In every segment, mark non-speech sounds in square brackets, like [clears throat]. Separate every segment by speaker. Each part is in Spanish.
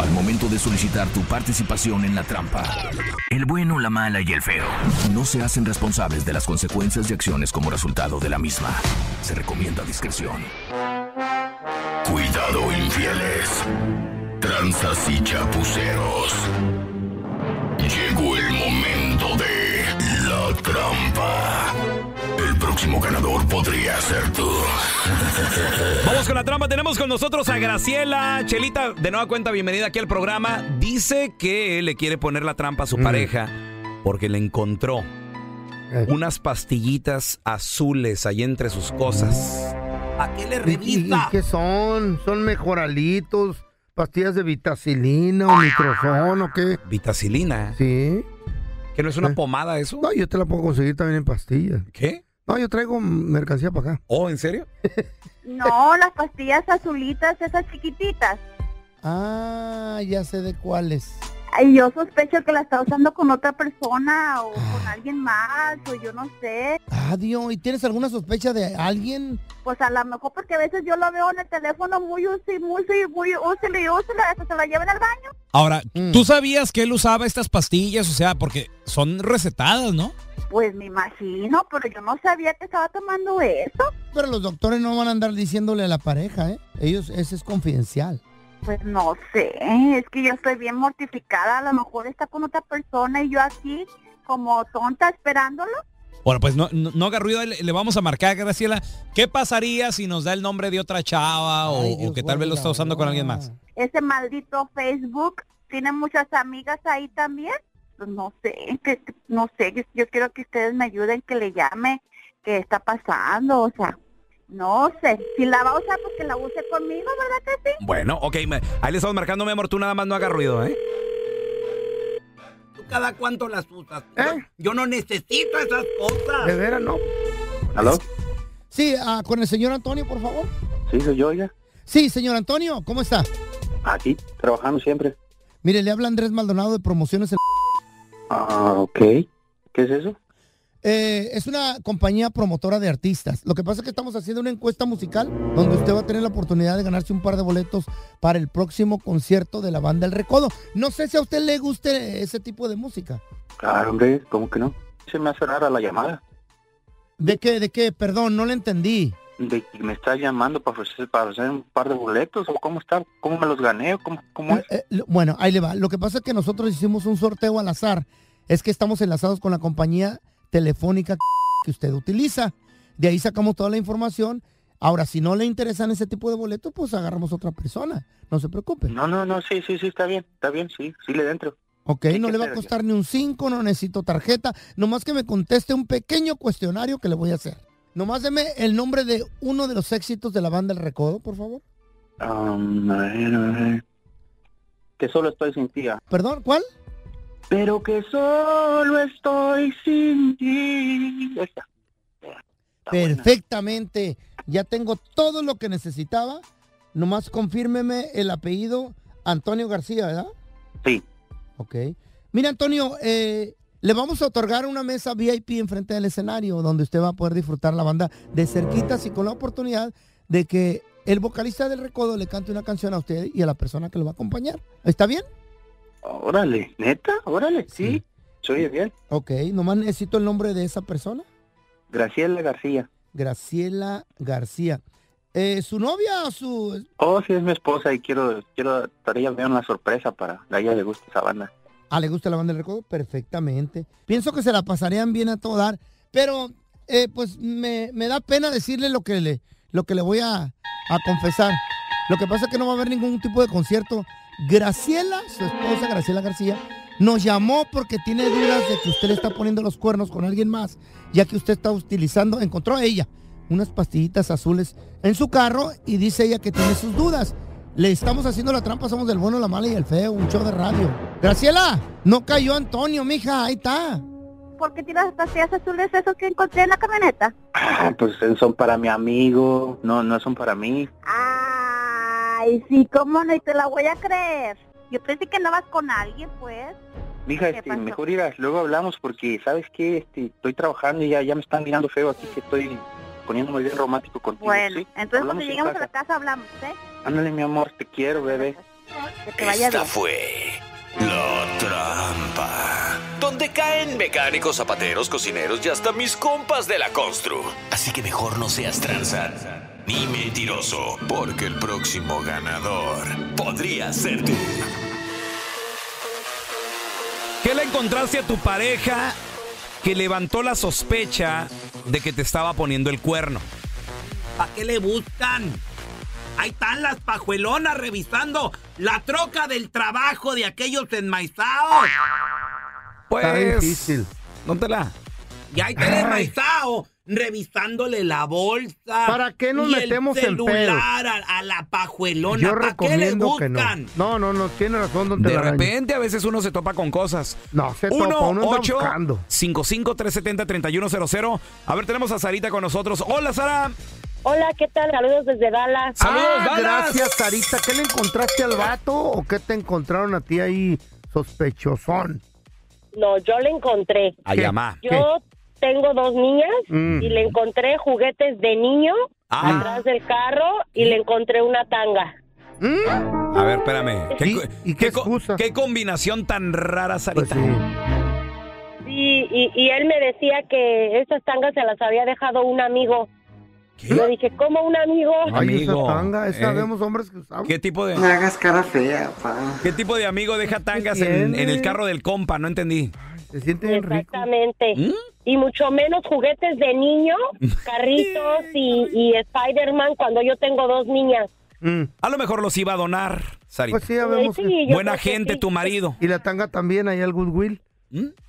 Speaker 1: Al momento de solicitar tu participación en la trampa, el bueno, la mala y el feo no se hacen responsables de las consecuencias y acciones como resultado de la misma. Se recomienda discreción. Cuidado, infieles. Tranzas y chapuceros. Llegó el momento de la trampa. El próximo ganador podría ser tú.
Speaker 2: Vamos con la trampa. Tenemos con nosotros a Graciela. Chelita, de nueva cuenta, bienvenida aquí al programa. Dice que le quiere poner la trampa a su pareja porque le encontró unas pastillitas azules ahí entre sus cosas. ¿A qué
Speaker 3: ¿Y,
Speaker 2: le
Speaker 3: y- y
Speaker 2: revisa?
Speaker 3: qué son? ¿Son mejoralitos? ¿Pastillas de vitacilina o microfón o qué?
Speaker 2: Vitacilina.
Speaker 3: Sí.
Speaker 2: ¿Que no es una
Speaker 3: Eh.
Speaker 2: pomada eso?
Speaker 3: No, yo te la puedo conseguir también en pastillas.
Speaker 2: ¿Qué?
Speaker 3: No, yo traigo mercancía para acá.
Speaker 2: ¿Oh, en serio?
Speaker 4: No, las pastillas azulitas, esas chiquititas.
Speaker 5: Ah, ya sé de cuáles.
Speaker 4: Ay, yo sospecho que la está usando con otra persona o con alguien más o yo no sé.
Speaker 5: Ah, Dios, ¿y tienes alguna sospecha de alguien?
Speaker 4: Pues a lo mejor porque a veces yo lo veo en el teléfono muy útil, muy útil, muy útil y útil, hasta se la llevan al baño.
Speaker 6: Ahora,
Speaker 5: Mm.
Speaker 6: ¿tú sabías que él usaba estas pastillas? O sea, porque son recetadas, ¿no?
Speaker 4: Pues me imagino, pero yo no sabía que estaba tomando eso.
Speaker 5: Pero los doctores no van a andar diciéndole a la pareja, ¿eh? Ellos, ese es confidencial.
Speaker 4: Pues no sé, es que yo estoy bien mortificada, a lo mejor está con otra persona y yo aquí como tonta esperándolo.
Speaker 6: Bueno, pues no, no, no haga ruido, le, le vamos a marcar, Graciela. ¿Qué pasaría si nos da el nombre de otra chava o,
Speaker 5: Ay,
Speaker 6: o
Speaker 5: Dios,
Speaker 6: que tal vez lo
Speaker 5: guarda
Speaker 6: está
Speaker 5: la
Speaker 6: usando con alguien
Speaker 5: hora.
Speaker 6: más?
Speaker 4: Ese maldito Facebook tiene muchas amigas ahí también. Pues no sé, que, que- no sé, yo, yo quiero que ustedes me ayuden, que le llame, que está pasando, o sea, no sé, si la va a usar, pues que la use conmigo, ¿verdad que sí?
Speaker 2: Bueno, ok. me- Ahí le estamos marcando, mi amor. Tú nada más no haga ruido, ¿eh?
Speaker 7: ¿Tú cada cuánto las usas?
Speaker 3: ¿Eh?
Speaker 7: Yo no necesito esas
Speaker 3: De
Speaker 7: cosas.
Speaker 3: veras, no.
Speaker 8: ¿Aló?
Speaker 5: Sí, ah, con el señor Antonio, por favor.
Speaker 8: Sí, soy yo, oiga.
Speaker 5: Sí, señor Antonio, ¿cómo está?
Speaker 8: Aquí, trabajando siempre.
Speaker 5: Mire, le habla Andrés Maldonado de Promociones. El-
Speaker 8: Ah, ok. ¿Qué es eso?
Speaker 5: Eh, es una compañía promotora de artistas. Lo que pasa es que estamos haciendo una encuesta musical donde usted va a tener la oportunidad de ganarse un par de boletos para el próximo concierto de la banda El Recodo. No sé si a usted le guste ese tipo de música.
Speaker 8: Claro, hombre, ¿cómo que no? Se me hace rara la llamada.
Speaker 5: ¿De qué? ¿De qué? Perdón, no le entendí.
Speaker 8: ¿De que me está llamando para ofrecer, para hacer un par de boletos? ¿O cómo está? ¿Cómo me los gané? ¿O ¿Cómo, cómo
Speaker 5: Eh,
Speaker 8: es?
Speaker 5: eh, lo- bueno, ahí le va. Lo que pasa es que nosotros hicimos un sorteo al azar. Es que estamos enlazados con la compañía telefónica que usted utiliza. De ahí sacamos toda la información. Ahora, si no le interesan ese tipo de boletos, pues agarramos otra persona. No se preocupe.
Speaker 8: No, no, no, sí, sí, sí, está bien, está bien, sí, sí le dentro.
Speaker 5: Ok,
Speaker 8: Sí,
Speaker 5: no
Speaker 8: que
Speaker 5: le va a
Speaker 8: sea,
Speaker 5: costar ni un 5, no necesito tarjeta. Nomás que me conteste un pequeño cuestionario que le voy a hacer. Nomás deme el nombre de uno de los éxitos de la banda El Recodo, por favor.
Speaker 8: Am, Ah, a ver, a ver. Que solo estoy sin ti. ah.
Speaker 5: Perdón, ¿cuál?
Speaker 8: Pero que solo estoy sin ti. Ahí está. Está buena.
Speaker 5: Perfectamente. Ya tengo todo lo que necesitaba. Nomás confírmeme el apellido Antonio García, ¿verdad?
Speaker 8: Sí.
Speaker 5: Ok. Mira, Antonio, eh, le vamos a otorgar una mesa VIP enfrente del escenario donde usted va a poder disfrutar la banda de cerquitas y con la oportunidad de que el vocalista del recodo le cante una canción a usted y a la persona que lo va a acompañar. ¿Está bien?
Speaker 8: Órale, neta, órale, sí. Se oye bien.
Speaker 5: Ok. Nomás necesito el nombre de esa persona.
Speaker 8: Graciela García.
Speaker 5: Graciela García. Eh, ¿Su novia o su
Speaker 8: Oh, sí, es mi esposa y quiero, quiero, para ella vea una sorpresa para a ella le gusta esa banda.
Speaker 5: Ah, le gusta la banda del recodo, perfectamente. Pienso que se la pasarían bien a todo dar, pero eh, pues me, me da pena decirle lo que le, lo que le voy a, a confesar. Lo que pasa es que no va a haber ningún tipo de concierto. Graciela, su esposa Graciela García,
Speaker 9: Nos llamó porque tiene dudas de que usted le está poniendo los cuernos con alguien más, ya que usted está utilizando, encontró a ella unas pastillitas azules en su carro y dice ella que tiene sus dudas. Le estamos haciendo la trampa, somos del bueno, la mala y el feo, un show de radio. Graciela, no cayó Antonio, mija, ahí está.
Speaker 4: ¿Por qué tiras pastillas azules esos que encontré en la camioneta?
Speaker 7: Ah, pues son para mi amigo. No, no son para mí.
Speaker 4: Ay, sí, cómo no, y te la voy a creer. Yo pensé que andabas con alguien, pues.
Speaker 7: Mija,
Speaker 4: ¿Qué
Speaker 7: este,
Speaker 4: pasó?
Speaker 7: mejor irás, luego hablamos porque, ¿sabes qué? Este, estoy trabajando y ya, ya me están mirando feo aquí que estoy poniéndome bien romántico contigo.
Speaker 4: Bueno,
Speaker 7: ¿sí?
Speaker 4: entonces
Speaker 7: Hablamos
Speaker 4: cuando
Speaker 7: en
Speaker 4: llegamos a la
Speaker 7: casa.
Speaker 4: casa hablamos, ¿eh?
Speaker 7: Ándale, mi amor, te quiero, bebé.
Speaker 4: Que te vaya bien.
Speaker 1: fue la trampa. Donde caen mecánicos, zapateros, cocineros y hasta mis compas de la constru. Así que mejor no seas tranza ni mentiroso, porque el próximo ganador podría ser tú.
Speaker 2: ¿Qué le encontraste a tu pareja que levantó la sospecha de que te estaba poniendo el cuerno?
Speaker 7: ¿Para qué le buscan? Ahí están las pajuelonas revisando la troca del trabajo de aquellos enmaizados.
Speaker 2: Pues, difícil. la?
Speaker 7: Y ahí está el enmaizado revisándole la bolsa.
Speaker 5: ¿Para qué nos
Speaker 7: y
Speaker 5: metemos
Speaker 7: el
Speaker 5: en
Speaker 7: celular
Speaker 5: pedos?
Speaker 7: A, a la pajuelona.
Speaker 5: Yo
Speaker 7: ¿Para qué le
Speaker 5: recomiendo que no.
Speaker 7: buscan?
Speaker 5: No, no, no, tiene razón, don
Speaker 2: De
Speaker 5: Telaraño.
Speaker 2: repente a veces uno se topa con cosas.
Speaker 5: No, se topa, uno anda buscando.
Speaker 2: 1-8-55-370-3100. A ver, tenemos a Sarita con nosotros. Hola, Sara.
Speaker 10: Hola, ¿qué tal? Saludos desde Dallas.
Speaker 5: Ah, gracias, Sarita. ¿Qué le encontraste al vato o qué te encontraron a ti ahí sospechosón?
Speaker 10: No, yo le encontré.
Speaker 5: Ay, ¿Qué? amá.
Speaker 10: Yo tengo dos niñas
Speaker 5: Mm.
Speaker 10: y le encontré juguetes de niño
Speaker 2: Ah.
Speaker 10: atrás del carro y le encontré una tanga.
Speaker 5: ¿Mm?
Speaker 2: A ver, espérame. ¿Qué, qué co- qué combinación tan rara,
Speaker 5: Pues
Speaker 2: Sarita?
Speaker 10: Sí, y, y él me decía que esas tangas se las había dejado un amigo. Yo dije, ¿cómo un amigo?
Speaker 2: Amigo, eh,
Speaker 5: hombres que usamos.
Speaker 2: ¿Qué tipo de...?
Speaker 5: No hagas
Speaker 2: cara fea, ¿Qué tipo de amigo deja tangas en,
Speaker 5: tiene?
Speaker 2: en el carro del compa? No entendí.
Speaker 5: Se siente
Speaker 10: Exactamente. Y mucho menos juguetes de niño, carritos y, y Spider-Man cuando yo tengo dos niñas.
Speaker 2: A lo mejor los iba a donar, Sarita.
Speaker 5: Mm. Pues sí, ya vemos.
Speaker 10: Sí, yo
Speaker 2: Buena
Speaker 10: creo que
Speaker 2: gente,
Speaker 10: sí.
Speaker 2: tu marido.
Speaker 5: ¿Y la tanga también ahí al Goodwill?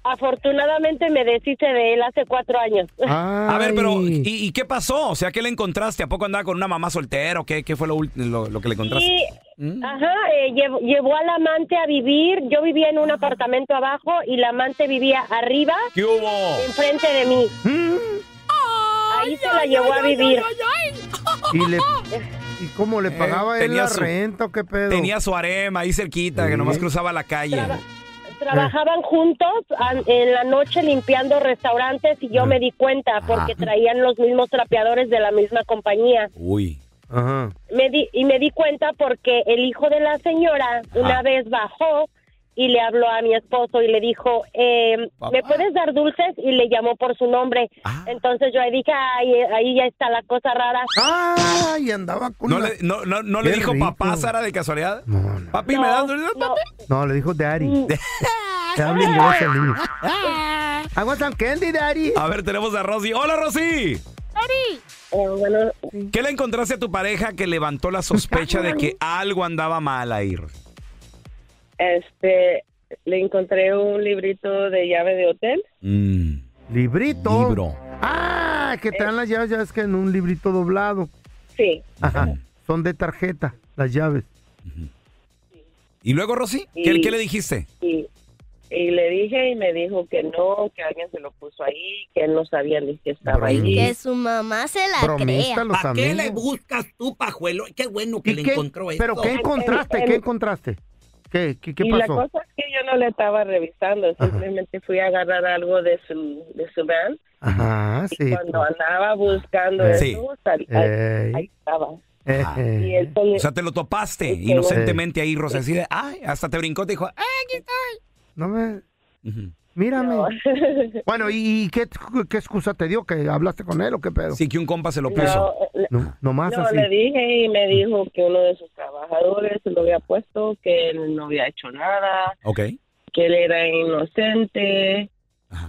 Speaker 10: Afortunadamente me deshice de él hace cuatro años.
Speaker 2: Ah, A ver, pero ¿y, y qué pasó? O sea, ¿qué le encontraste? ¿A poco andaba con una mamá soltera o qué, qué fue lo, ul- lo, lo que le encontraste?
Speaker 10: Sí, ajá,
Speaker 2: Mm.
Speaker 10: eh, llev- llevó al amante a vivir. Yo vivía en un apartamento abajo y la amante vivía arriba,
Speaker 2: ¿Qué hubo?
Speaker 10: enfrente de mí. Ahí se la llevó a
Speaker 5: [laughs]
Speaker 10: vivir.
Speaker 5: ¿Y, le, ¿y cómo le pagaba él
Speaker 2: Eh, tenía
Speaker 5: la
Speaker 2: su-
Speaker 5: renta o qué pedo?
Speaker 2: Tenía su harem ahí cerquita, que nomás cruzaba la calle.
Speaker 10: Trabajaban juntos an- en la noche limpiando restaurantes
Speaker 2: Ah.
Speaker 10: y yo me di cuenta porque traían los mismos trapeadores de la misma compañía.
Speaker 2: Uy.
Speaker 5: Ajá.
Speaker 10: Me di- y me di cuenta porque el hijo de la señora una vez bajó y le habló a mi esposo y le dijo, eh, ¿me puedes dar dulces? Y le llamó por su nombre.
Speaker 11: Ah.
Speaker 10: Entonces yo ahí dije, "Ay, eh, ahí ya está la cosa rara.
Speaker 5: y andaba con
Speaker 2: ¿No le, no, no, no le
Speaker 5: Qué
Speaker 2: dijo
Speaker 5: rico.
Speaker 2: papá, Sara, de casualidad? Papi,
Speaker 10: No,
Speaker 2: ¿me das
Speaker 10: no.
Speaker 5: No, le dijo Daddy.
Speaker 2: [laughs]
Speaker 5: Te habla inglés el niño. I want some candy, Daddy.
Speaker 2: A ver, tenemos a Rosy. ¡Hola, Rosy!
Speaker 12: Eh,
Speaker 2: ¿Qué le encontraste a tu pareja que levantó la sospecha de
Speaker 12: [laughs]
Speaker 2: que algo andaba mal ahí? Rosy?
Speaker 12: Este, le encontré un librito de llave de hotel.
Speaker 5: Librito. Ah, que te dan las llaves, ya ves que en un librito doblado.
Speaker 12: Sí.
Speaker 5: Ajá. Son de tarjeta, las llaves.
Speaker 2: ¿Y luego, Rosy? ¿Qué,
Speaker 12: Y-
Speaker 2: qué le dijiste?
Speaker 12: Y, y le dije y me dijo que no, que alguien se lo puso ahí, que él no sabía ni que estaba ahí.
Speaker 13: Que su mamá se la crea.
Speaker 12: ¿Para qué le buscas tú, pajuelo? Qué bueno que le
Speaker 5: ¿Qué-
Speaker 12: encontró eso.
Speaker 5: ¿Pero qué encontraste? ¿Qué encontraste? ¿Qué, qué, qué
Speaker 12: y la
Speaker 5: pasó?
Speaker 12: cosa es que yo no le estaba revisando, simplemente fui a agarrar algo de su, de su van.
Speaker 5: Ajá,
Speaker 12: y
Speaker 5: Ah, sí. pues,
Speaker 12: cuando andaba buscando
Speaker 2: Sí.
Speaker 12: eso, sal- ahí,
Speaker 2: Ey.
Speaker 12: ahí estaba.
Speaker 5: Eh.
Speaker 2: Ah.
Speaker 12: Y él con-
Speaker 2: O sea, te lo topaste
Speaker 12: Sí.
Speaker 2: inocentemente ahí, Rosy. Así de, ay, hasta te brincó, te dijo, "Ah".
Speaker 5: No me... Mírame.
Speaker 12: [laughs]
Speaker 5: Bueno, ¿y, y qué, qué excusa te dio? ¿Que hablaste con él o qué pedo?
Speaker 2: Sí, que un compa se lo
Speaker 12: puso.
Speaker 5: No, nomás
Speaker 12: eh, No,
Speaker 5: así. Mm.
Speaker 12: le dije y me dijo que uno de sus trabajadores se lo había puesto, que él no había hecho nada,
Speaker 2: Ok.
Speaker 12: que él era inocente,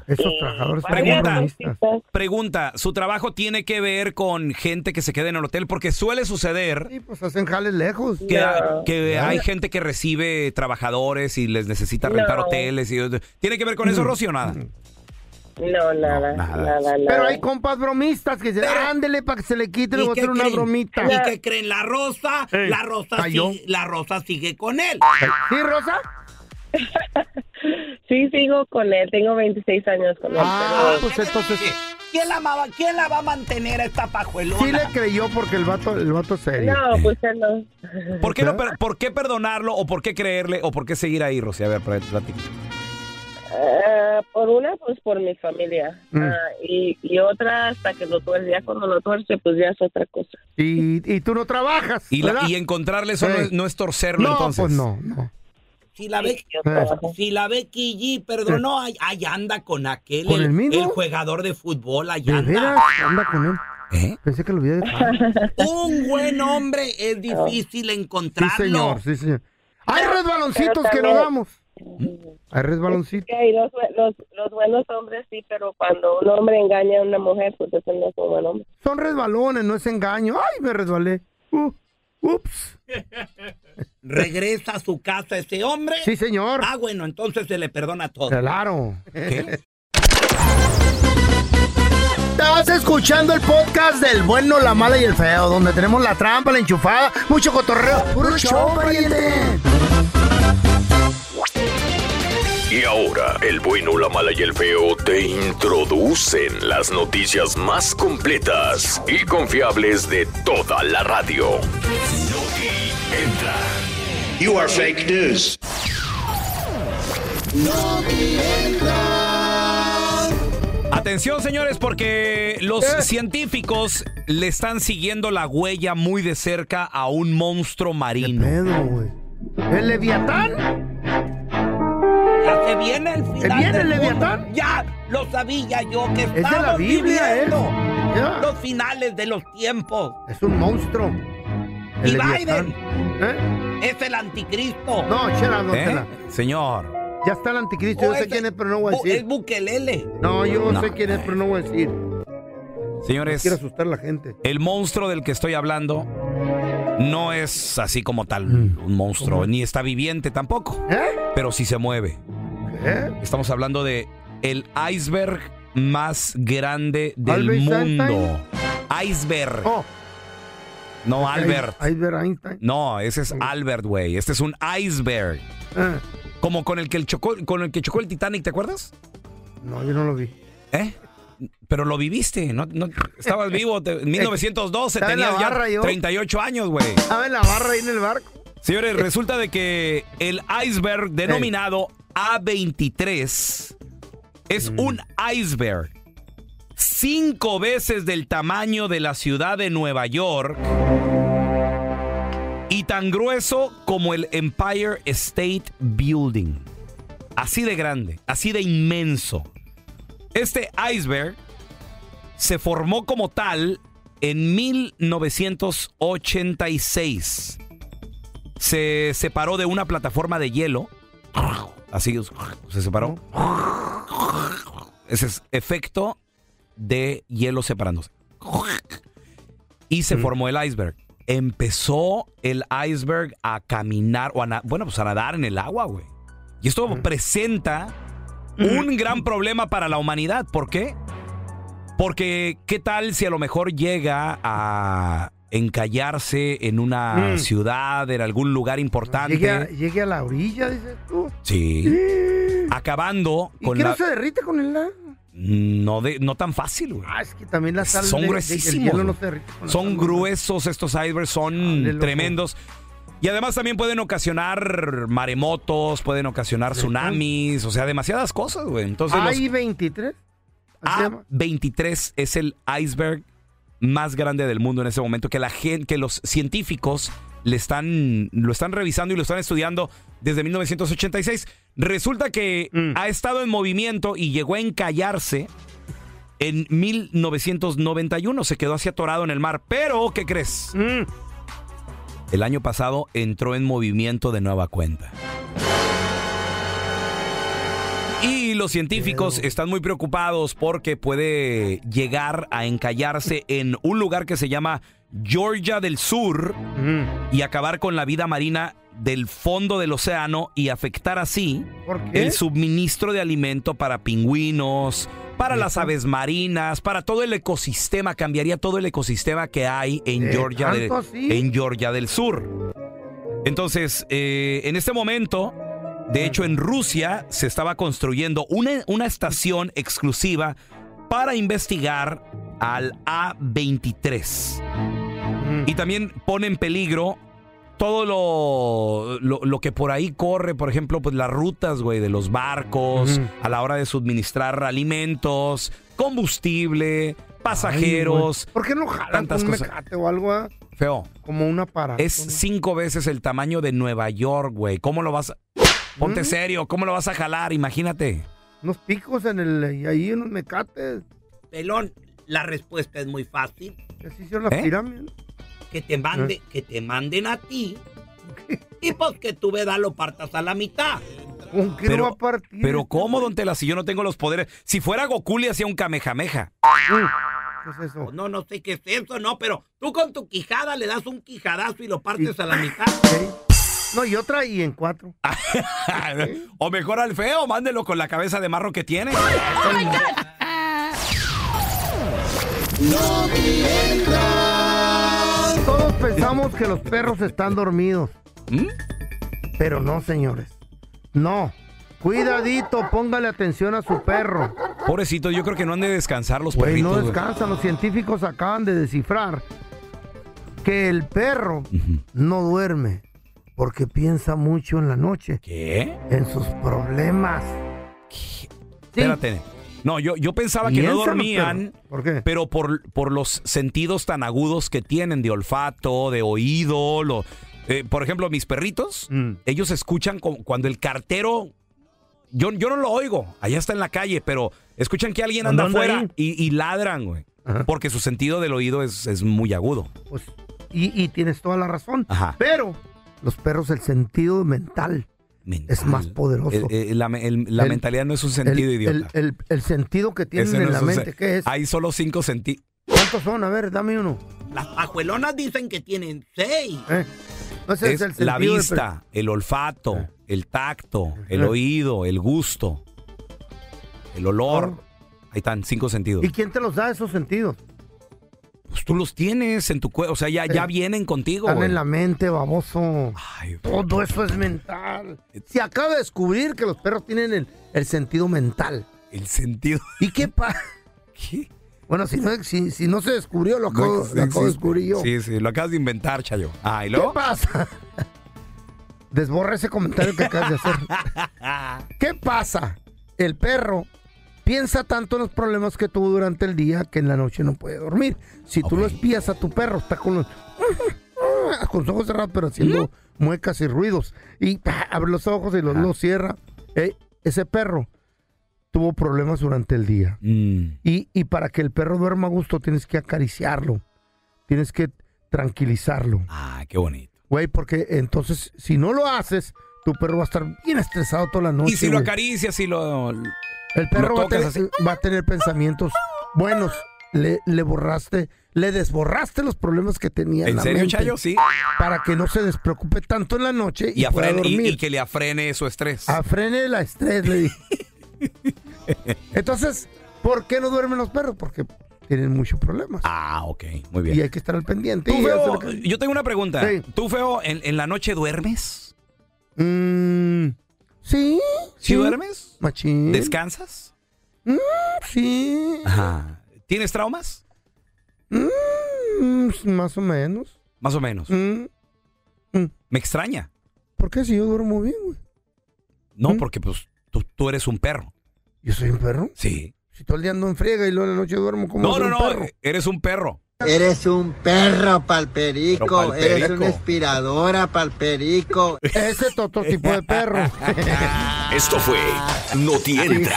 Speaker 5: Esos trabajadores están
Speaker 2: Pregunta,
Speaker 5: bromistas.
Speaker 2: pregunta, ¿su trabajo tiene que ver con gente que se queda en el hotel? Porque suele suceder
Speaker 5: Pues hacen jales lejos.
Speaker 2: que, que hay gente que recibe trabajadores y les necesita rentar
Speaker 5: No. Mm.
Speaker 2: hoteles. Y, ¿Tiene que ver con eso, Rosy, o nada?
Speaker 12: No, nada,
Speaker 2: nada.
Speaker 12: nada,
Speaker 5: Pero hay compas bromistas que dicen, ándele para que se le quite, le voy a hacer una bromita.
Speaker 7: ¿Y qué creen? La rosa,
Speaker 5: Ey,
Speaker 7: la rosa
Speaker 5: cayó.
Speaker 7: sigue, la rosa sigue con él.
Speaker 5: ¿Sí, Rosa?
Speaker 12: Sí, sigo con él. Tengo 26 años con él.
Speaker 5: Ah,
Speaker 12: pero-
Speaker 5: pues entonces
Speaker 7: ¿Quién la, va, ¿Quién la va a mantener a esta pajuelona?
Speaker 5: sí le creyó porque el vato, el vato es serio.
Speaker 12: No, pues él no.
Speaker 2: ¿Por qué, no per- ¿Por qué perdonarlo o por qué creerle o por qué seguir ahí, Rosy? A ver, pl- platica.
Speaker 12: Ah, por una, pues por mi familia.
Speaker 2: Mm.
Speaker 12: Ah, y, y otra, hasta que lo tuerce. Ya cuando lo tuerce, pues ya es otra cosa.
Speaker 5: Y, y tú no trabajas.
Speaker 2: Y, la-
Speaker 5: ¿verdad?
Speaker 2: y encontrarle eso no
Speaker 5: Sí.
Speaker 2: es- no es torcerlo,
Speaker 5: No,
Speaker 2: entonces.
Speaker 5: pues no, no.
Speaker 7: [laughs] Si la, Be-
Speaker 5: trabajo.
Speaker 7: si la Becky G perdonó, ahí, ahí anda con aquel,
Speaker 5: ¿Con
Speaker 7: el,
Speaker 5: el mismo?
Speaker 7: el jugador de fútbol, ahí
Speaker 5: ¿De veras?
Speaker 7: anda.
Speaker 5: Anda con él.
Speaker 2: ¿Eh?
Speaker 5: Pensé que lo había dejado.
Speaker 7: Un buen hombre
Speaker 5: [laughs]
Speaker 7: es difícil
Speaker 5: Ah. Sí,
Speaker 7: encontrarlo.
Speaker 5: señor, sí, señor. Hay resbaloncitos que
Speaker 12: Pero
Speaker 5: no
Speaker 12: también-
Speaker 5: damos. Hay resbaloncitos.
Speaker 12: Sí, hay los, bue- los, los buenos hombres sí, pero cuando un hombre engaña a una mujer, pues eso no es un buen hombre.
Speaker 5: Son resbalones, no es engaño. Ay, me resbalé. Uh, ups.
Speaker 7: Regresa a su casa ese hombre.
Speaker 5: Sí, señor.
Speaker 7: Ah, bueno, entonces se le perdona todo.
Speaker 5: Claro. [laughs]
Speaker 9: Estás escuchando el podcast del bueno, la mala y el feo, donde tenemos la trampa, la enchufada, mucho cotorreo. ¡Puro show, pariente!
Speaker 14: Y ahora, el bueno, la mala y el feo te introducen las noticias más completas y confiables de toda la radio. You are fake news.
Speaker 2: Atención, señores, porque los
Speaker 5: Eh.
Speaker 2: científicos le están siguiendo la huella muy de cerca a un monstruo marino.
Speaker 5: ¿El Leviatán?
Speaker 7: Ya se viene el final.
Speaker 5: ¿Viene el
Speaker 7: del mundo.
Speaker 5: Leviatán?
Speaker 7: Ya lo sabía yo que
Speaker 5: de la
Speaker 7: estamos
Speaker 5: Biblia, ¿eh?
Speaker 7: viviendo
Speaker 5: Ya.
Speaker 7: los finales de los tiempos.
Speaker 5: Es un monstruo.
Speaker 7: Y
Speaker 5: El
Speaker 7: Biden
Speaker 5: Leviatán.
Speaker 7: es el anticristo.
Speaker 5: No, chela, no,
Speaker 2: ¿Eh?
Speaker 5: chela.
Speaker 2: Señor.
Speaker 5: Ya está el anticristo. Yo
Speaker 7: O
Speaker 5: sé
Speaker 7: es-
Speaker 5: quién es, pero no voy a
Speaker 7: Bu-
Speaker 5: decir.
Speaker 7: Es Bukelele.
Speaker 5: No, yo
Speaker 2: No,
Speaker 5: sé quién es, pero no voy a decir.
Speaker 2: Señores,
Speaker 5: Quiero asustar a la gente.
Speaker 2: el monstruo del que estoy hablando no es así como tal
Speaker 5: Mm.
Speaker 2: un monstruo, ni está viviente tampoco,
Speaker 5: ¿Eh?
Speaker 2: pero sí se mueve. Estamos hablando de el iceberg más grande del
Speaker 5: ¿Albert Einstein?
Speaker 2: mundo. Iceberg. No, Albert.
Speaker 5: Albert Einstein.
Speaker 2: No, ese es Albert, güey. Este es un iceberg.
Speaker 5: Ah.
Speaker 2: Como con el que el chocó, con el que chocó el Titanic, ¿te acuerdas?
Speaker 5: No, yo no lo vi.
Speaker 2: ¿Eh? Pero lo viviste, no, no- estabas vivo,
Speaker 5: [laughs]
Speaker 2: te- en 1912
Speaker 5: Eh, Estaba en la
Speaker 2: tenías ya
Speaker 5: barra yo.
Speaker 2: 38 años, güey.
Speaker 5: Estaba en la barra ahí en el barco.
Speaker 2: Señores, resulta de que el iceberg denominado A23 es
Speaker 5: Mm.
Speaker 2: un iceberg cinco veces del tamaño de la ciudad de Nueva York y tan grueso como el Empire State Building. Así de grande, así de inmenso. Este iceberg se formó como tal en 1986. Se separó de una plataforma de hielo. Así se separó. Ese es efecto de hielo separándose. Y se formó el iceberg. Empezó el iceberg a caminar, o a na- bueno, pues a nadar en el agua, güey. Y esto presenta un gran problema para la humanidad. ¿Por qué? Porque, ¿qué tal si a lo mejor llega a encallarse en una
Speaker 5: Mm.
Speaker 2: ciudad, en algún lugar importante?
Speaker 5: Llegué a, llegué a la orilla, dices tú.
Speaker 2: Sí. Acabando
Speaker 5: ¿Y
Speaker 2: con
Speaker 5: qué
Speaker 2: la.
Speaker 5: no se derrite con el agua?
Speaker 2: No, de, no tan fácil, güey.
Speaker 5: Ah, es que también la sal
Speaker 2: Son
Speaker 5: de- de- el
Speaker 2: gruesísimos.
Speaker 5: hielo no
Speaker 2: güey.
Speaker 5: se derrite con la
Speaker 2: son
Speaker 5: sal.
Speaker 2: gruesos estos icebergs, son tremendos. Y además también pueden ocasionar maremotos, pueden ocasionar tsunamis, o sea, demasiadas cosas, güey. Entonces, los-
Speaker 5: ¿Hay 23?
Speaker 2: A23 Ah, es el iceberg más grande del mundo en ese momento, que la gente, que los científicos le están, lo están revisando y lo están estudiando desde 1986. Resulta que ha estado en movimiento y llegó a encallarse en 1991. Se quedó así atorado en el mar. Pero, ¿qué crees? El año pasado entró en movimiento de nueva cuenta. Y los científicos están muy preocupados porque puede llegar a encallarse en un lugar que se llama Georgia del Sur y acabar con la vida marina del fondo del océano y afectar así el suministro de alimento para pingüinos, para las aves marinas, para todo el ecosistema, cambiaría todo el ecosistema que hay en,
Speaker 5: Eh,
Speaker 2: Georgia, del-
Speaker 5: ¿tanto así?
Speaker 2: en Georgia del Sur. Entonces, eh, en este momento, de hecho en Rusia se estaba construyendo una, una estación exclusiva para investigar al A-23. Y también pone en peligro todo lo, lo, lo que por ahí corre, por ejemplo, pues las rutas, güey, de los barcos, a la hora de suministrar alimentos, combustible, pasajeros.
Speaker 5: Ay, güey. ¿Por qué no jalan
Speaker 2: tantas
Speaker 5: con un
Speaker 2: cosas?
Speaker 5: mecate o algo? ah?
Speaker 2: Feo.
Speaker 5: Como una parada.
Speaker 2: Es cinco veces el tamaño de Nueva York, güey. ¿Cómo lo vas a...
Speaker 5: Mm.
Speaker 2: Ponte serio, ¿cómo lo vas a jalar? Imagínate.
Speaker 5: Unos picos en el... Y ahí unos mecates. [laughs]
Speaker 7: Pelón, la respuesta es muy fácil.
Speaker 5: Así son las
Speaker 7: ¿Eh?
Speaker 5: pirámides. Ah.
Speaker 7: Que te, mande, que te manden a ti. Y pues que tú vedas lo partas a la mitad.
Speaker 5: ¿Con
Speaker 7: qué lo va a
Speaker 5: partir?
Speaker 2: Pero ¿cómo, don Tela? Si yo no tengo los poderes. Si fuera Goku, le hacía un kamehameha.
Speaker 5: ¿Qué es eso?
Speaker 7: No, no sé qué es eso, no, pero tú con tu quijada le das un quijadazo y lo partes a la mitad.
Speaker 5: No, y otra y en cuatro.
Speaker 2: [laughs] o mejor al feo, mándelo con la cabeza de marro que tiene.
Speaker 5: Todos pensamos que los perros están dormidos. Pero no, señores. No. Cuidadito, póngale atención a su perro.
Speaker 2: Pobrecito, yo creo que no han de descansar los
Speaker 5: Güey,
Speaker 2: perritos.
Speaker 5: no
Speaker 2: güey.
Speaker 5: descansan. Los científicos acaban de descifrar que el perro no duerme porque piensa mucho en la noche.
Speaker 2: ¿Qué?
Speaker 5: En sus problemas.
Speaker 2: Espérate. No, yo, yo pensaba que no
Speaker 5: Piensan los
Speaker 2: dormían,
Speaker 5: perros. ¿Por qué?
Speaker 2: pero por, por los sentidos tan agudos que tienen de olfato, de oído, lo- eh, por ejemplo, mis perritos,
Speaker 5: Mm.
Speaker 2: ellos escuchan cu- cuando el cartero, yo, yo no lo oigo, allá está en la calle, pero escuchan que alguien anda
Speaker 5: Anda
Speaker 2: afuera
Speaker 5: ahí.
Speaker 2: y, y ladran, güey, porque su sentido del oído es, es muy agudo.
Speaker 5: Y, y tienes toda la razón. Pero los perros, el sentido mental, es más poderoso.
Speaker 2: El- el- Eh, la, el- la
Speaker 5: El-
Speaker 2: mentalidad no es un sentido
Speaker 5: el,
Speaker 2: idiota.
Speaker 5: El, el- el sentido que tienen
Speaker 2: Ese no
Speaker 5: en la
Speaker 2: es un
Speaker 5: mente,
Speaker 2: sen-
Speaker 5: ¿qué es?
Speaker 2: Hay solo cinco sentidos.
Speaker 5: ¿Cuántos son? A ver, dame uno.
Speaker 7: Las pajuelonas dicen que tienen seis.
Speaker 5: ¿Eh? No, ese
Speaker 2: es la
Speaker 5: el sentido del Ah.
Speaker 2: vista, el olfato, el tacto, el
Speaker 5: Eh.
Speaker 2: oído, el gusto, el olor. Ahí están cinco sentidos.
Speaker 5: per- Ah. ¿Y quién te los da esos sentidos?
Speaker 2: Pues tú los tienes en tu cuerpo, o sea, ya, ya vienen contigo.
Speaker 5: Están
Speaker 2: güey.
Speaker 5: en la mente, baboso. Todo eso es mental. Se acaba de descubrir que los perros tienen el, el sentido mental.
Speaker 2: El sentido.
Speaker 5: ¿Y
Speaker 2: [laughs]
Speaker 5: qué pasa? Bueno, si no, si, si no se descubrió, lo acabo,
Speaker 2: Sí,
Speaker 5: lo acabo de
Speaker 2: sí.
Speaker 5: descubrir yo.
Speaker 2: Sí, sí, lo acabas de inventar, Chayo. Ah, ¿y
Speaker 5: ¿Qué
Speaker 2: luego?
Speaker 5: pasa? [laughs] Desborra ese comentario que acabas de hacer. ¿Qué pasa? El perro piensa tanto en los problemas que tuvo durante el día que en la noche no puede dormir. Si tú lo espías a tu perro, está con los, [laughs] con los ojos cerrados, pero haciendo muecas y ruidos. Y pa, abre los ojos y los, los cierra. Eh, ese perro tuvo problemas durante el día. Y, y para que el perro duerma a gusto, tienes que acariciarlo. Tienes que tranquilizarlo.
Speaker 2: Ah, qué bonito.
Speaker 5: Güey, porque entonces, si no lo haces, tu perro va a estar bien estresado toda la noche.
Speaker 2: y si lo
Speaker 5: güey.
Speaker 2: acaricias, si lo.
Speaker 5: El perro
Speaker 2: lo
Speaker 5: va a,
Speaker 2: tocas
Speaker 5: tener,
Speaker 2: así.
Speaker 5: va a tener pensamientos buenos. Le, le borraste, le desborraste los problemas que tenía.
Speaker 2: ¿En
Speaker 5: la
Speaker 2: serio,
Speaker 5: mente
Speaker 2: Chayo? Sí.
Speaker 5: Para que no se despreocupe tanto en la noche y,
Speaker 2: Y,
Speaker 5: pueda
Speaker 2: afren- y-
Speaker 5: dormir. Ah,
Speaker 2: y que le afrene su estrés.
Speaker 5: Afrene la estrés, le
Speaker 2: [laughs]
Speaker 5: dije. Entonces, ¿por qué no duermen los perros? Porque tienen muchos problemas.
Speaker 2: Ah, ok, muy bien.
Speaker 5: Y hay que estar al pendiente.
Speaker 2: Tú,
Speaker 5: y
Speaker 2: Feo,
Speaker 5: hacer-
Speaker 2: yo tengo una pregunta.
Speaker 5: Sí.
Speaker 2: ¿Tú, Feo, en, en la noche duermes?
Speaker 5: Mm, sí.
Speaker 2: ¿Sí duermes?
Speaker 5: Machín.
Speaker 2: ¿Descansas?
Speaker 5: Mm, sí.
Speaker 2: Ajá. ¿Tienes traumas?
Speaker 5: Mm, más o menos.
Speaker 2: Más o
Speaker 5: Mm.
Speaker 2: menos. Me extraña.
Speaker 5: ¿Por qué si yo duermo bien, güey?
Speaker 2: No, porque pues tú, tú eres un perro.
Speaker 5: Mm. ¿Yo soy un perro?
Speaker 2: Sí.
Speaker 5: Si todo el día ando en friega y luego en la noche duermo como
Speaker 2: No,
Speaker 5: soy
Speaker 2: no,
Speaker 5: un
Speaker 2: no.
Speaker 5: perro.
Speaker 2: Eres un perro.
Speaker 15: Eres un perro, palperico.
Speaker 2: Pero palperico.
Speaker 15: Eres una inspiradora, palperico.
Speaker 5: Ese es otro tipo de perro.
Speaker 2: [laughs]
Speaker 14: Esto fue Noti Entra,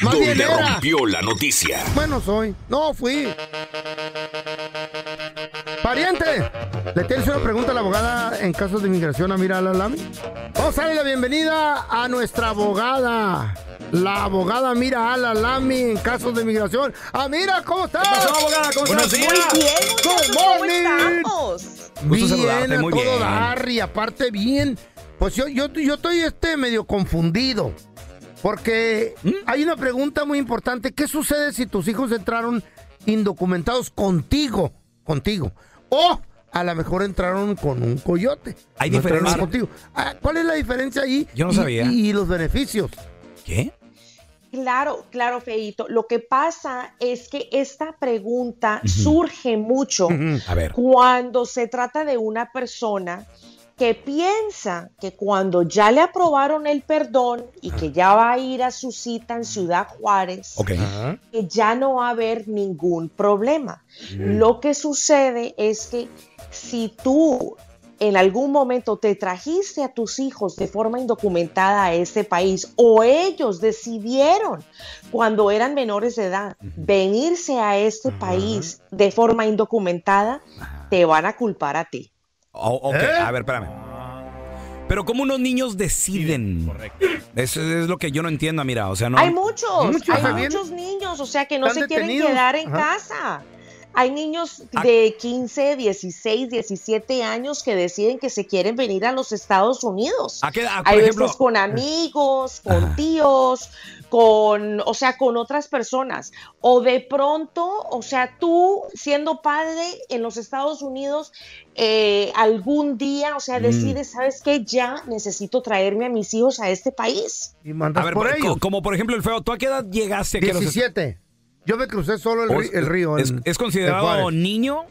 Speaker 5: Más bien
Speaker 14: donde
Speaker 5: era.
Speaker 14: rompió la noticia.
Speaker 5: Bueno, soy. No, fui. Pariente, le tienes una pregunta a la abogada en casos de inmigración a Mira Lami. Vamos a darle la bienvenida a nuestra abogada. La abogada mira a la Lami en casos de migración. ¡Ah, mira! ¿Cómo estás?
Speaker 2: pasó, abogada? ¿Cómo Buenos estás? días. Muy bien,
Speaker 5: ¡Good morning!
Speaker 2: Gusto
Speaker 5: bien,
Speaker 2: saludarte,
Speaker 5: a
Speaker 2: muy
Speaker 5: todo
Speaker 2: bien.
Speaker 5: dar, y aparte bien. Pues yo, yo, yo estoy este medio confundido. Porque
Speaker 2: ¿Mm?
Speaker 5: hay una pregunta muy importante. ¿Qué sucede si tus hijos entraron indocumentados contigo? Contigo. O a lo mejor entraron con un coyote.
Speaker 2: Hay
Speaker 5: No entraron
Speaker 2: diferencia.
Speaker 5: Contigo. Ah, ¿Cuál es la diferencia ahí?
Speaker 2: Yo no
Speaker 5: Y-
Speaker 2: sabía.
Speaker 5: Y, y los beneficios.
Speaker 2: ¿Qué?
Speaker 11: Claro, claro, Feito. Lo que pasa es que esta pregunta surge mucho
Speaker 2: A ver.
Speaker 11: cuando se trata de una persona que piensa que cuando ya le aprobaron el perdón y que ya va a ir a su cita en Ciudad Juárez,
Speaker 2: Ok.
Speaker 11: que ya no va a haber ningún problema.
Speaker 2: Mm.
Speaker 11: Lo que sucede es que si tú en algún momento te trajiste a tus hijos de forma indocumentada a este país o ellos decidieron cuando eran menores de edad venirse a este país de forma indocumentada, te van a culpar a ti.
Speaker 2: Oh, ok,
Speaker 11: ¿Eh?
Speaker 2: a ver, espérame. Pero ¿cómo unos niños deciden? Correcto. Eso es lo que yo no entiendo, mira, o sea, no...
Speaker 11: hay muchos,
Speaker 2: Muchos
Speaker 11: hay
Speaker 2: se
Speaker 11: muchos niños, o sea, que no
Speaker 2: Están
Speaker 11: se quieren
Speaker 2: detenidos.
Speaker 11: quedar en
Speaker 2: Ajá. Ah.
Speaker 11: casa. Hay niños de 15, 16, 17 años que deciden que se quieren venir a los Estados Unidos.
Speaker 2: ¿A qué edad, Ah, por
Speaker 11: Hay
Speaker 2: ejemplo? eh. Ah.
Speaker 11: veces con amigos, con tíos, con, o sea, con otras personas. O de pronto, o sea, tú siendo padre en los Estados Unidos, eh, algún día, o sea,
Speaker 2: Mm.
Speaker 11: decides, ¿sabes qué? Ya necesito traerme a mis hijos a este país.
Speaker 2: a ver,
Speaker 5: por
Speaker 2: co-
Speaker 5: ellos.
Speaker 2: como por ejemplo el feo, ¿tú a qué edad llegaste aquí a los-
Speaker 5: 17. Yo me crucé solo el,
Speaker 2: O-
Speaker 5: ri- el río.
Speaker 2: ¿Es, es
Speaker 5: en- en Juárez.
Speaker 2: considerado niño?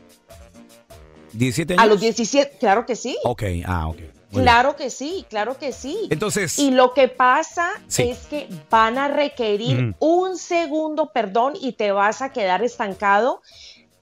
Speaker 2: ¿17 años?
Speaker 11: A los 17, claro que sí.
Speaker 2: Ok, ah, ok. Muy bien.
Speaker 11: Claro que sí, claro que sí.
Speaker 2: Entonces-
Speaker 11: Y lo que pasa
Speaker 2: Sí.
Speaker 11: es que van a requerir
Speaker 2: Ujú.
Speaker 11: un segundo perdón y te vas a quedar estancado,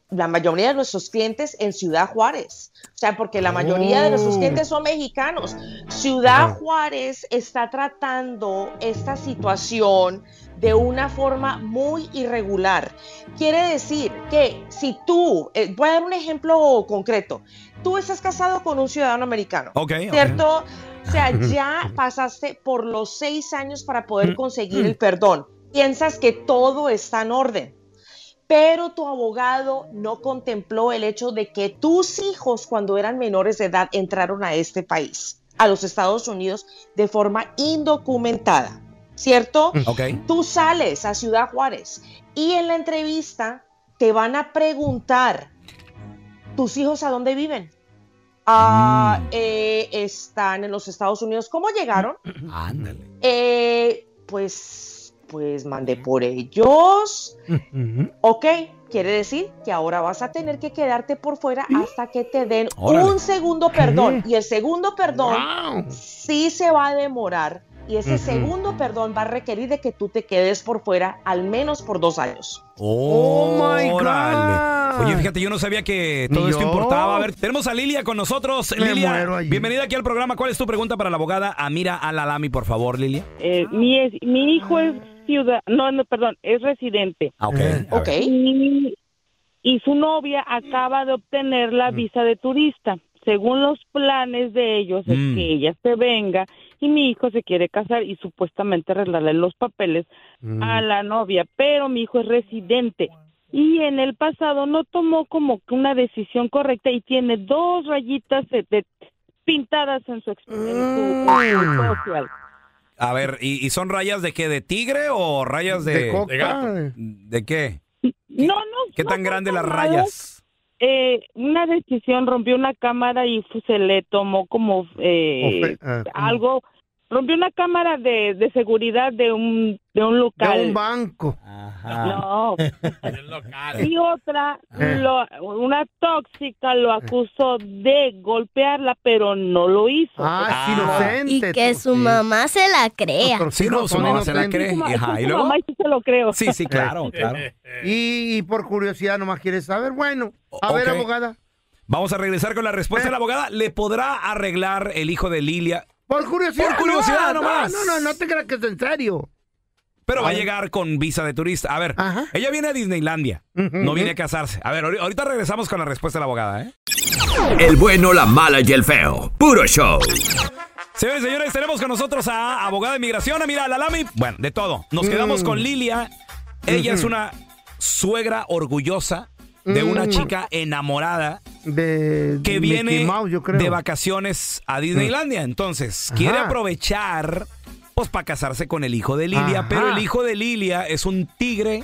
Speaker 11: la mayoría de nuestros clientes, en Ciudad Juárez. O sea, porque la mayoría de nuestros
Speaker 16: Oh.
Speaker 11: clientes son mexicanos. Ciudad
Speaker 16: Ajá.
Speaker 11: Juárez está tratando esta situación de una forma muy irregular. Quiere decir que si tú, eh, voy a dar un ejemplo concreto, tú estás casado con un ciudadano americano,
Speaker 2: Ok, ok.
Speaker 11: ¿cierto?
Speaker 2: [laughs]
Speaker 11: O sea, ya pasaste por los seis años para
Speaker 2: Mm,
Speaker 11: poder conseguir el perdón. Piensas que todo está en orden pero tu abogado no contempló el hecho de que tus hijos cuando eran menores de edad entraron a este país, a los Estados Unidos, de forma indocumentada, ¿cierto?
Speaker 2: Ok.
Speaker 11: Tú sales a Ciudad Juárez y en la entrevista te van a preguntar, ¿tus hijos a dónde viven? Ah, eh, están en los Estados Unidos. ¿Cómo llegaron?
Speaker 16: Mm.
Speaker 2: Ándale.
Speaker 11: Eh, pues, pues mandé por ellos. Ok, quiere decir que ahora vas a tener que quedarte por fuera hasta que te den
Speaker 2: Órale.
Speaker 11: un segundo perdón. Y el segundo perdón
Speaker 2: Wow.
Speaker 11: sí se va a demorar. Y ese
Speaker 2: Ujú.
Speaker 11: segundo perdón va a requerir de que tú te quedes por fuera al menos por dos años.
Speaker 2: Órale. Oye, fíjate, yo no sabía que todo esto
Speaker 17: yo.
Speaker 2: importaba. A ver, tenemos a Lilia con nosotros.
Speaker 17: Me
Speaker 2: Lilia,
Speaker 17: muero allí.
Speaker 2: bienvenida aquí al programa. ¿Cuál es tu pregunta para la abogada Amira Alalami, por favor, Lilia?
Speaker 16: Eh, mi, es- mi hijo es ciudadano, no, no, perdón, es residente.
Speaker 2: Ah, ok. A ver.
Speaker 16: Y, y su novia acaba de obtener
Speaker 2: Mm.
Speaker 16: la visa de turista. Según los planes de ellos,
Speaker 2: Mm.
Speaker 16: es que ella se venga y mi hijo se quiere casar y supuestamente arreglarle los papeles
Speaker 2: Mm.
Speaker 16: a la novia, pero mi hijo es residente y en el pasado no tomó como que una decisión correcta y tiene dos rayitas eh, de- pintadas en su, ex- en su- en su
Speaker 2: Mm.
Speaker 16: social.
Speaker 2: A ver, ¿y, y son rayas de qué? ¿De tigre o rayas de,
Speaker 5: De coca.
Speaker 2: gato? ¿De qué?
Speaker 16: No, no.
Speaker 2: ¿Qué
Speaker 16: no
Speaker 2: tan
Speaker 16: son
Speaker 2: grandes las
Speaker 16: tomadas.
Speaker 2: rayas?
Speaker 16: Eh, una decisión rompió una cámara y fu- se le tomó como
Speaker 2: Ofe-
Speaker 16: eh,
Speaker 2: ah, ¿cómo?
Speaker 16: algo. Rompió una cámara de, de seguridad de un de un local.
Speaker 5: De un banco.
Speaker 2: Ah. [laughs]
Speaker 16: No. Y otra,
Speaker 5: Eh.
Speaker 16: lo- una tóxica lo acusó de golpearla, pero no lo hizo.
Speaker 5: Ah, inocente.
Speaker 13: Y que su mamá se la crea.
Speaker 2: Sí, no, su mamá se la cree. Ajá, ¿y luego?
Speaker 16: se lo creo.
Speaker 2: Sí, sí, claro,
Speaker 5: [laughs]
Speaker 2: claro.
Speaker 5: Y, y por curiosidad nomás quieres saber. Bueno, a ver,
Speaker 2: ok.
Speaker 5: abogada.
Speaker 2: Vamos a regresar con la respuesta
Speaker 17: Eh.
Speaker 2: de la abogada. ¿Le podrá arreglar el hijo de Lilia?
Speaker 5: Por curiosidad.
Speaker 2: Por curiosidad
Speaker 5: no,
Speaker 2: nomás.
Speaker 5: No, no, no te creas que es en serio.
Speaker 2: Pero va a llegar con visa de turista. A ver, ella viene a Disneylandia. No viene a casarse. A ver, ahori- ahorita regresamos con la respuesta de la abogada, ¿eh?
Speaker 1: El bueno, la mala y el feo. Puro show.
Speaker 2: Señores y señores, tenemos con nosotros a abogada de inmigración, mira, la Lami. Bueno, de todo. Nos quedamos
Speaker 17: Mm.
Speaker 2: con Lilia. Ella es
Speaker 17: Ujú.
Speaker 2: una suegra orgullosa de una
Speaker 5: Mm.
Speaker 2: chica enamorada
Speaker 5: De
Speaker 2: Ah. que
Speaker 5: Mickey
Speaker 2: viene
Speaker 5: Mouse, yo creo. Mm.
Speaker 2: de vacaciones a Disneylandia. Entonces,
Speaker 5: Ajá.
Speaker 2: quiere aprovechar pues para casarse con el hijo de Lilia,
Speaker 5: Ajá. Eh,
Speaker 2: pero el hijo de Lilia es un tigre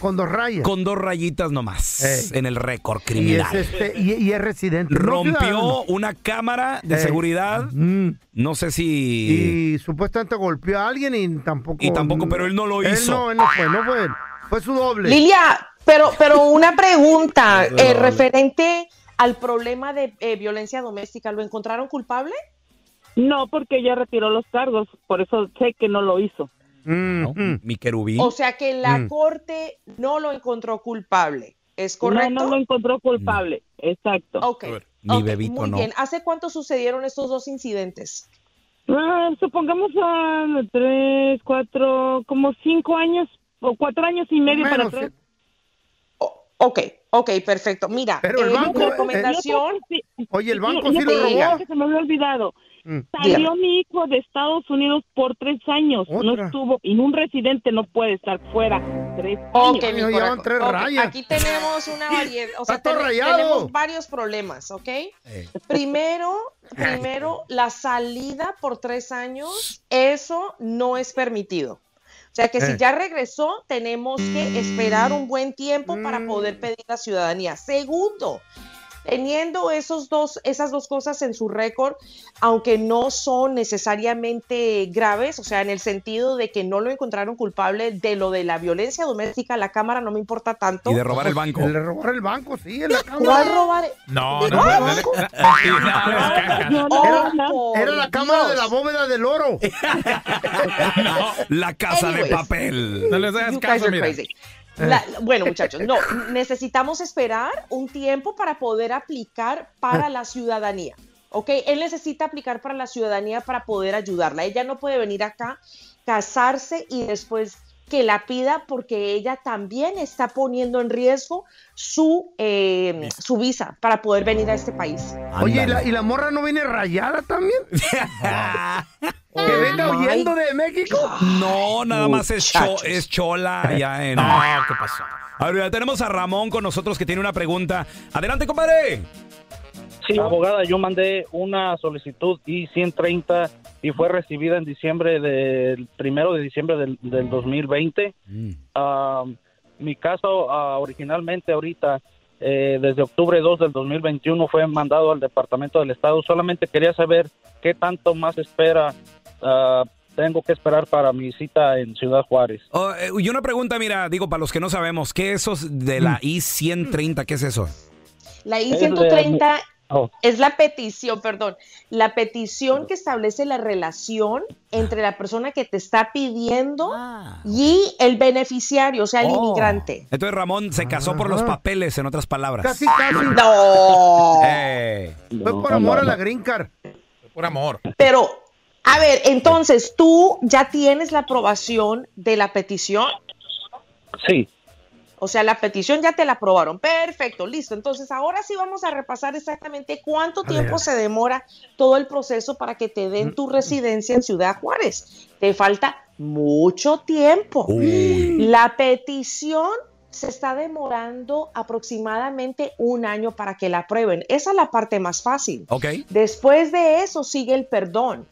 Speaker 5: con dos rayas.
Speaker 2: Con dos rayitas nomás
Speaker 5: Eh.
Speaker 2: en el récord
Speaker 5: Y es,
Speaker 2: criminal.
Speaker 5: este, y, y es residente. no ciudadano.
Speaker 2: Rompió una cámara de
Speaker 5: Eh. Mm.
Speaker 2: seguridad. No sé si
Speaker 5: y supuestamente golpeó a alguien y tampoco.
Speaker 2: Y tampoco, pero él no lo
Speaker 5: Él
Speaker 2: hizo.
Speaker 5: no, él no fue, no fue él. Fue su doble.
Speaker 11: Lilia, pero, pero una
Speaker 2: [laughs]
Speaker 11: pregunta
Speaker 5: Perdón.
Speaker 11: eh, referente al problema de eh, violencia doméstica. ¿Lo encontraron culpable?
Speaker 16: No, porque ella retiró los cargos, por eso sé que no lo hizo.
Speaker 2: ¿no? mi querubín.
Speaker 11: O sea que la
Speaker 2: Mm.
Speaker 11: corte no lo encontró culpable. ¿Es correcto?
Speaker 16: No, no lo encontró culpable, exacto.
Speaker 11: Ok.
Speaker 2: Mi
Speaker 11: Ok,
Speaker 2: bebito
Speaker 11: Muy
Speaker 2: no.
Speaker 11: bien. ¿Hace cuánto sucedieron estos dos incidentes?
Speaker 16: Ah, supongamos a tres, cuatro, como cinco años o cuatro años y medio para
Speaker 11: Menos,
Speaker 16: atrás.
Speaker 11: Ok, ok, perfecto. Mira,
Speaker 16: Pero el
Speaker 11: eh,
Speaker 16: banco,
Speaker 11: mi
Speaker 16: eh,
Speaker 11: recomendación.
Speaker 5: Oye, el
Speaker 16: banco sí lo Mm. robó. se me había olvidado. Salió mi hijo de Estados Unidos por tres años. No estuvo. Y un residente no puede estar fuera tres
Speaker 11: Ok,
Speaker 16: años.
Speaker 11: mi corazón. Ok, Aquí tenemos una variedad, o sea,
Speaker 16: Está todo
Speaker 11: ten-
Speaker 16: rayado.
Speaker 11: tenemos varios problemas, ¿ok? Primero,
Speaker 16: [laughs]
Speaker 11: primero, la salida por tres años, eso no es permitido. O sea que
Speaker 16: Eh.
Speaker 11: si ya regresó, tenemos que esperar un buen tiempo
Speaker 16: Mm.
Speaker 11: para poder pedir la ciudadanía. Segundo, teniendo esos dos, esas dos cosas en su récord, aunque no son necesariamente graves, o sea, en el sentido de que no lo encontraron culpable de lo de la violencia doméstica, la cámara no me importa tanto.
Speaker 2: Y de robar el banco.
Speaker 5: Le robar el banco, sí, en la cámara.
Speaker 11: ¿Cuál robar?
Speaker 2: No,
Speaker 11: no, no,
Speaker 5: Era,
Speaker 11: por
Speaker 5: era la cámara
Speaker 11: Dios.
Speaker 5: de la bóveda
Speaker 2: [laughs]
Speaker 5: del oro.
Speaker 2: La casa de
Speaker 11: Anyways.
Speaker 2: papel. No les
Speaker 11: You guys are crazy. La- bueno, muchachos, no, necesitamos esperar un tiempo para poder aplicar para la ciudadanía. ¿Ok? Él necesita aplicar para la ciudadanía para poder ayudarla. Ella no puede venir acá, casarse y después que la pida porque ella también está poniendo en riesgo su, eh, su visa para poder venir a este país.
Speaker 5: Oye, ¿y la, y la morra no viene
Speaker 2: [laughs]
Speaker 5: rayada también? que venga
Speaker 2: my
Speaker 5: huyendo de México.
Speaker 2: No, nada más es, cho-
Speaker 5: Muchachos.
Speaker 2: es chola [laughs] ya en.
Speaker 5: No,
Speaker 2: ¿qué pasó? Ahora tenemos a Ramón con nosotros que tiene una pregunta. Adelante, compadre.
Speaker 6: Sí, abogada, yo mandé una solicitud I-130 y fue recibida en diciembre del primero de diciembre del, del 2020. Ah, mi caso ah, originalmente ahorita, eh, desde octubre 2 del 2021, fue mandado al Departamento del Estado. Solamente quería saber qué tanto más espera ah, tengo que esperar para mi cita en Ciudad Juárez.
Speaker 2: Oh, eh, y una pregunta, mira, digo, para los que no sabemos, ¿qué es eso de la I-130? ¿Qué es eso?
Speaker 11: La
Speaker 2: de-
Speaker 11: I-130
Speaker 2: Oh.
Speaker 11: es la petición, perdón, la petición que establece la relación entre la persona que te está pidiendo
Speaker 2: Ah,
Speaker 11: y el beneficiario, o sea,
Speaker 2: Oh.
Speaker 11: el inmigrante.
Speaker 2: Entonces Ramón se casó por los papeles, en otras palabras. Eh.
Speaker 5: Casi,
Speaker 2: [laughs]
Speaker 5: casi.
Speaker 11: No.
Speaker 5: Fue por amor a la green card.
Speaker 2: Por amor.
Speaker 11: Pero, a ver, entonces, ¿tú ya tienes la aprobación de la petición?
Speaker 6: Sí.
Speaker 11: O sea, la petición ya te la aprobaron. Perfecto, listo. Entonces, ahora sí vamos a repasar exactamente cuánto tiempo se demora todo el proceso para que te
Speaker 2: Mm.
Speaker 11: den tu residencia en Ciudad Juárez. Te falta mucho tiempo. La petición se está demorando aproximadamente un año para que la aprueben. Esa es la parte más fácil.
Speaker 2: Ok.
Speaker 11: Después de eso sigue el perdón.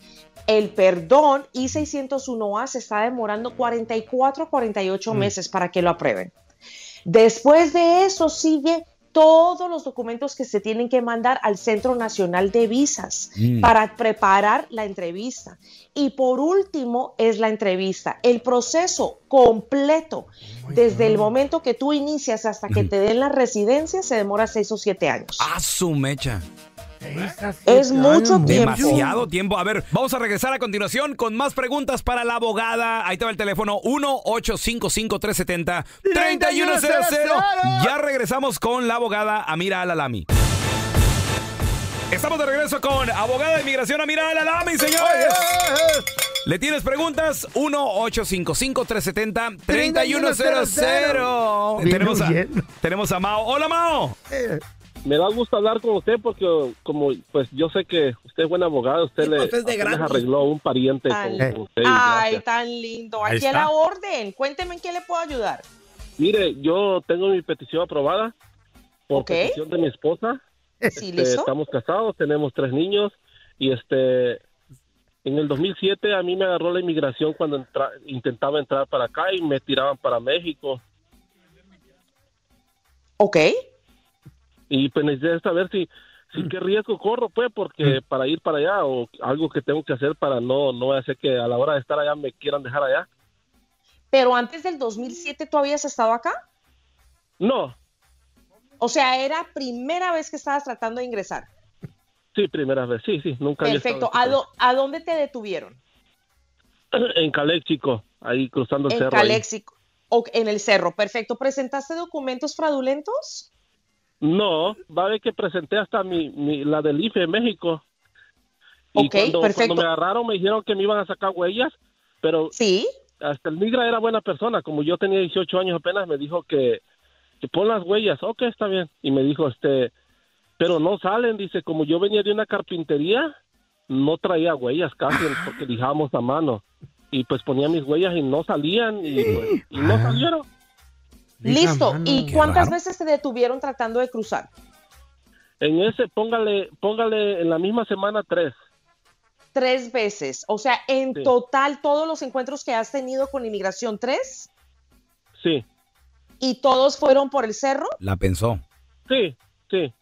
Speaker 11: El perdón I-601A se está demorando 44 a 48 meses para que lo aprueben. Después de eso sigue todos los documentos que se tienen que mandar al Centro Nacional de Visas
Speaker 18: Mm.
Speaker 11: para preparar la entrevista. Y por último es la entrevista, el proceso completo, desde el momento que tú inicias hasta que te den la residencia, se demora seis o siete años.
Speaker 2: A su mecha.
Speaker 11: Es mucho tiempo.
Speaker 2: Demasiado tiempo. A ver, vamos a regresar a continuación con más preguntas para la abogada. Ahí te va el teléfono 1-855-370-3100. Ya regresamos con la abogada Amira Alalami. Estamos de regreso con abogada de inmigración Amira Alalami, señores. ¿Le tienes preguntas? 1-855-370-3100. Tenemos a, tenemos a Mao. Hola, Mao.
Speaker 18: Me da gusto hablar con usted porque como pues yo sé que usted es buen abogado, usted le
Speaker 11: usted pues, es de
Speaker 18: apenas
Speaker 11: gratis.
Speaker 18: arregló un pariente
Speaker 11: Ay.
Speaker 18: Este, con, con usted. y
Speaker 11: Ay,
Speaker 18: gracias.
Speaker 11: tan lindo.
Speaker 18: Ahí
Speaker 11: Aquí a
Speaker 18: está.
Speaker 11: la orden. Cuénteme en qué le puedo ayudar.
Speaker 18: Mire, yo tengo mi petición aprobada por
Speaker 11: Ok.
Speaker 18: petición de mi esposa.
Speaker 11: Sí,
Speaker 18: Este,
Speaker 11: listo.
Speaker 18: estamos casados, tenemos tres niños y este en el 2007 a mí me agarró la inmigración cuando entra- intentaba entrar para acá y me tiraban para México.
Speaker 11: Ok.
Speaker 18: Y pues necesito saber si, si qué riesgo corro, pues, porque para ir para allá o algo que tengo que hacer para no, no hacer que a la hora de estar allá me quieran dejar allá.
Speaker 11: Pero antes del 2007, ¿tú habías estado acá?
Speaker 18: No,
Speaker 11: O sea, era primera vez que estabas tratando de ingresar.
Speaker 18: sí, primera vez, sí, sí, nunca había
Speaker 11: Perfecto.
Speaker 18: estado
Speaker 11: ¿A, do- a dónde te detuvieron?
Speaker 18: [clears throat] en Caléxico, ahí cruzando el
Speaker 11: En
Speaker 18: cerro. ahí.
Speaker 11: Caléxico. O en el cerro. Perfecto. ¿Presentaste documentos fraudulentos?
Speaker 18: No, va a ver que presenté hasta mi, mi- la del IFE de México. Y
Speaker 11: Ok,
Speaker 18: cuando,
Speaker 11: perfecto.
Speaker 18: cuando me agarraron me dijeron que me iban a sacar huellas, pero hasta el migra era buena persona. Como yo tenía 18 años apenas, me dijo que, que pon las huellas. Ok, está bien. Y me dijo, este, pero no salen. Dice, como yo venía de una carpintería, no traía huellas
Speaker 11: [laughs]
Speaker 18: casi porque lijábamos a mano. Y pues ponía mis huellas y no salían. Y, pues, y no salieron.
Speaker 11: Listo. ¿Y cuántas veces te detuvieron tratando de cruzar?
Speaker 18: En ese, póngale, póngale en la misma semana tres.
Speaker 11: Tres veces. O sea, en
Speaker 18: Sí.
Speaker 11: total, todos los encuentros que has tenido con inmigración, tres.
Speaker 18: Sí.
Speaker 11: ¿Y todos fueron por el cerro?
Speaker 2: La pensó.
Speaker 18: Sí, sí.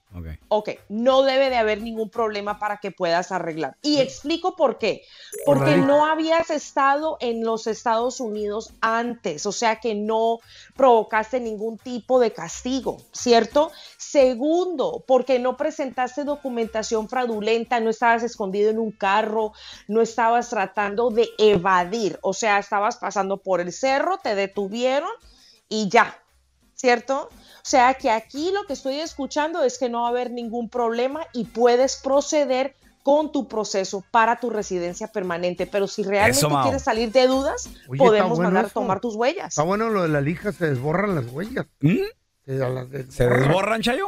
Speaker 11: Ok, no debe de haber ningún problema para que puedas arreglar. Y explico por qué. Porque
Speaker 19: Órale.
Speaker 11: no habías estado en los Estados Unidos antes, o sea que no provocaste ningún tipo de castigo, ¿cierto? Segundo, porque no presentaste documentación fraudulenta, no estabas escondido en un carro, no estabas tratando de evadir, o sea, estabas pasando por el cerro, te detuvieron y ya, ¿cierto? O sea que aquí lo que estoy escuchando es que no va a haber ningún problema y puedes proceder con tu proceso para tu residencia permanente. Pero si realmente
Speaker 5: Eso, Mao.
Speaker 11: quieres salir de dudas,
Speaker 5: Oye, está
Speaker 11: podemos
Speaker 5: bueno
Speaker 11: mandar a
Speaker 5: eso.
Speaker 11: tomar tus huellas.
Speaker 5: Está Ah, bueno lo de la lija, se desborran las huellas. Se, las
Speaker 2: ¿Mm? ¿Se desborran, Chayo?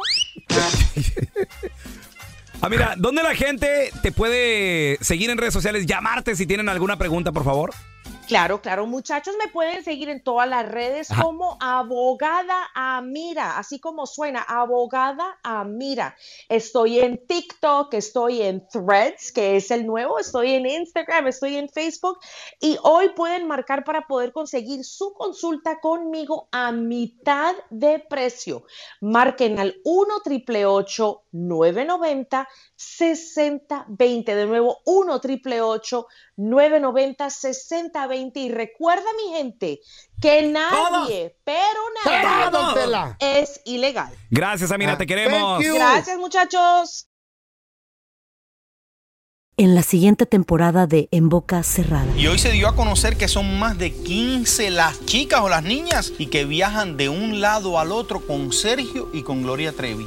Speaker 2: Ah, mira, ¿dónde la gente te puede seguir en redes sociales? Llamarte si tienen alguna pregunta, por favor.
Speaker 11: Claro, claro, muchachos, me pueden seguir en todas las redes
Speaker 2: Ajá.
Speaker 11: como Abogada Amira, así como suena, Abogada Amira. Estoy en TikTok, estoy en Threads, que es el nuevo, estoy en Instagram, estoy en Facebook y hoy pueden marcar para poder conseguir su consulta conmigo a mitad de precio. Marquen al 1 888 990 6020. De nuevo, 1 888 990 6020. Y recuerda, mi gente, que nadie, pero nadie,
Speaker 2: Todos, don Tela.
Speaker 11: es ilegal.
Speaker 2: Gracias, Amira, te queremos.
Speaker 11: Gracias, muchachos.
Speaker 20: En la siguiente temporada de En Boca Cerrada.
Speaker 21: Y hoy se dio a conocer que son más de 15 las chicas o las niñas y que viajan de un lado al otro con Sergio y con Gloria Trevi.